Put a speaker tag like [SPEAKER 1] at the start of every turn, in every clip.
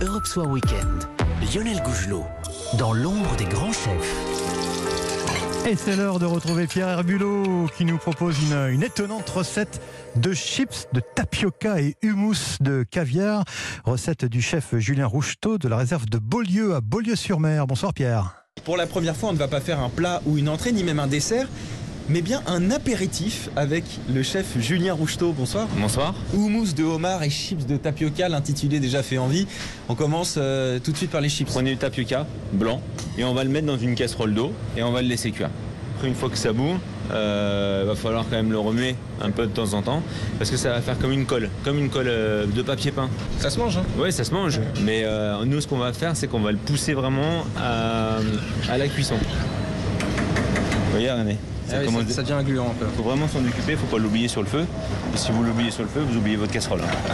[SPEAKER 1] Europe Soir Weekend. Lionel Gougelot, dans l'ombre des grands chefs.
[SPEAKER 2] Et c'est l'heure de retrouver Pierre Herbulot qui nous propose une, une étonnante recette de chips de tapioca et hummus de caviar. Recette du chef Julien Roucheteau de la réserve de Beaulieu à Beaulieu-sur-Mer. Bonsoir Pierre.
[SPEAKER 3] Pour la première fois, on ne va pas faire un plat ou une entrée, ni même un dessert, mais bien un apéritif avec le chef Julien Roucheteau. Bonsoir.
[SPEAKER 4] Bonsoir.
[SPEAKER 3] Houmous de homard et chips de tapioca, l'intitulé déjà fait envie. On commence euh, tout de suite par les chips.
[SPEAKER 4] Prenez du tapioca blanc et on va le mettre dans une casserole d'eau et on va le laisser cuire. Après, une fois que ça boue, euh, il va falloir quand même le remuer un peu de temps en temps parce que ça va faire comme une colle, comme une colle euh, de papier peint.
[SPEAKER 3] Ça se mange, hein
[SPEAKER 4] Ouais, ça se mange, mais euh, nous, ce qu'on va faire, c'est qu'on va le pousser vraiment à, à la cuisson. Regardez, ça
[SPEAKER 3] Ah oui,
[SPEAKER 4] commence.
[SPEAKER 3] ça, ça devient gluant un peu.
[SPEAKER 4] faut vraiment s'en occuper, faut pas l'oublier sur le feu. Et si vous l'oubliez sur le feu, vous oubliez votre casserole. hein.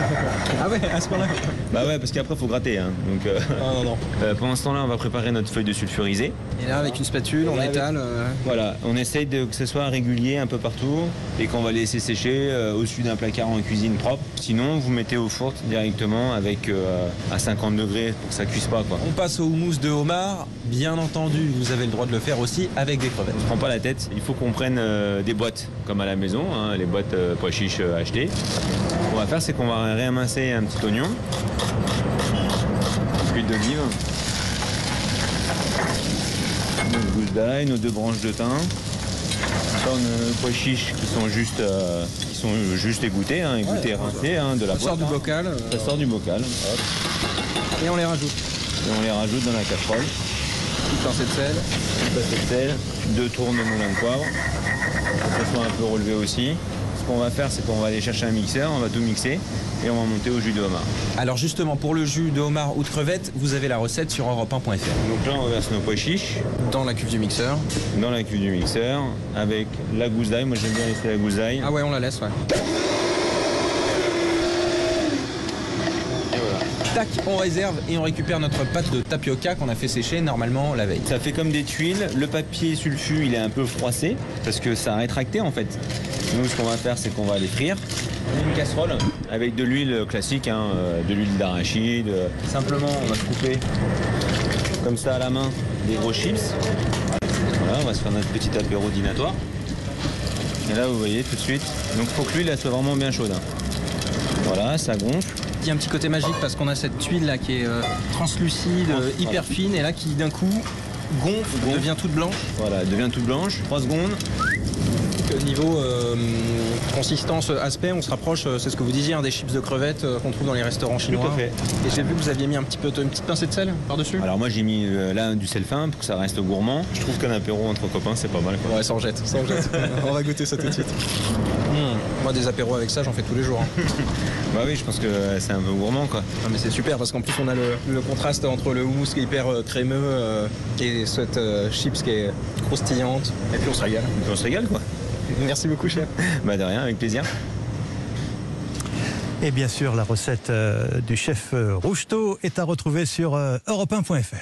[SPEAKER 3] Ah ouais, à ce point-là
[SPEAKER 4] Bah ouais, parce qu'après faut gratter. hein. Donc euh,
[SPEAKER 3] Non, non, non.
[SPEAKER 4] euh, pendant ce temps-là, on va préparer notre feuille de sulfurisé.
[SPEAKER 3] Et là, avec une spatule, on
[SPEAKER 4] Ouais,
[SPEAKER 3] étale. euh,
[SPEAKER 4] Voilà, on essaye de, que ce soit régulier un peu partout et qu'on va laisser sécher euh, au-dessus d'un placard en cuisine propre. Sinon, vous mettez au four directement avec euh, à 50 degrés pour que ça cuise pas quoi.
[SPEAKER 3] On passe au houmous de homard. Bien entendu, vous avez le droit de le faire aussi avec des crevettes.
[SPEAKER 4] On se prend pas la tête, il faut qu'on prenne euh, des boîtes comme à la maison, hein, les boîtes euh, pois chiches euh, achetées. Ce qu'on va faire, c'est qu'on va réamincer un petit oignon, huile d'olive, une gousse d'ail, nos deux branches de thym. Ça, on a nos pois chiches qui sont juste, euh, qui sont juste égouttés, hein, égouttés, rincés hein, de la
[SPEAKER 3] On sort
[SPEAKER 4] boîte.
[SPEAKER 3] du
[SPEAKER 4] hein.
[SPEAKER 3] bocal euh,
[SPEAKER 4] Ça sort du bocal, hop,
[SPEAKER 3] et on les rajoute.
[SPEAKER 4] et on les rajoute dans la casserole.
[SPEAKER 3] Une pincée de sel.
[SPEAKER 4] Une pincée de sel, deux tournes de moulin de poivre, que ce soit un peu relevé aussi. Ce qu'on va faire, c'est qu'on va aller chercher un mixeur, on va tout mixer et on va monter au jus de homard.
[SPEAKER 3] Alors justement, pour le jus de homard ou de crevette, vous avez la recette sur europe1.fr.
[SPEAKER 4] Donc là, on verse nos pois chiches
[SPEAKER 3] Dans la cuve du mixeur.
[SPEAKER 4] dans la cuve du mixeur avec la gousse d'ail. Moi, j'aime bien laisser la gousse d'ail.
[SPEAKER 3] Ah ouais, on la laisse, ouais. Tac, on réserve et on récupère notre pâte de tapioca qu'on a fait sécher normalement la veille.
[SPEAKER 4] Ça fait comme des tuiles. Le papier sulfu, il est un peu froissé parce que ça a rétracté en fait. Nous, ce qu'on va faire, c'est qu'on va les frire. On met Une casserole avec de l'huile classique, hein, euh, de l'huile d'arachide. euh, Simplement, on va se couper comme ça à la main des gros chips. Voilà, on va se faire notre petit apéro dînatoire. Et là, vous voyez tout de suite. Donc, faut que l'huile elle soit vraiment bien chaude. hein. Voilà, ça gonfle.
[SPEAKER 3] Il y a un petit côté magique parce qu'on a cette tuile là qui est euh, translucide, euh, hyper fine et là qui d'un coup gonfle,
[SPEAKER 4] Gonfle.
[SPEAKER 3] devient toute blanche.
[SPEAKER 4] Voilà, elle devient toute blanche. 3 secondes.
[SPEAKER 3] Donc, euh, niveau euh, consistance, euh, aspect, on se rapproche, euh, c'est ce que vous disiez, hein, des chips de crevettes euh, qu'on trouve dans les restaurants chinois.
[SPEAKER 4] fait.
[SPEAKER 3] Et j'ai vu que vous aviez mis un petit peu de- une petite pincée de sel par-dessus.
[SPEAKER 4] Alors moi j'ai mis euh, là du sel fin pour que ça reste gourmand. Je trouve qu'un apéro entre copains c'est pas mal quoi.
[SPEAKER 3] Ouais, ça en jette, ça en jette. on va goûter ça tout de suite. Hmm, Moi, des apéros avec ça, j'en fais tous les jours. hein.
[SPEAKER 4] Bah oui je pense que euh, c'est un peu gourmand quoi.
[SPEAKER 3] Non, mais c'est super parce qu'en plus, on a le, le contraste entre le houmous qui est hyper euh, crémeux euh, et cette euh, chips qui est croustillante. Et puis, on se régale.
[SPEAKER 4] On se régale quoi.
[SPEAKER 3] Merci beaucoup, chef.
[SPEAKER 4] Bah de rien, avec plaisir.
[SPEAKER 2] Et bien sûr, la recette euh, du chef euh, Rougeteau est à retrouver sur euh, europe1.fr.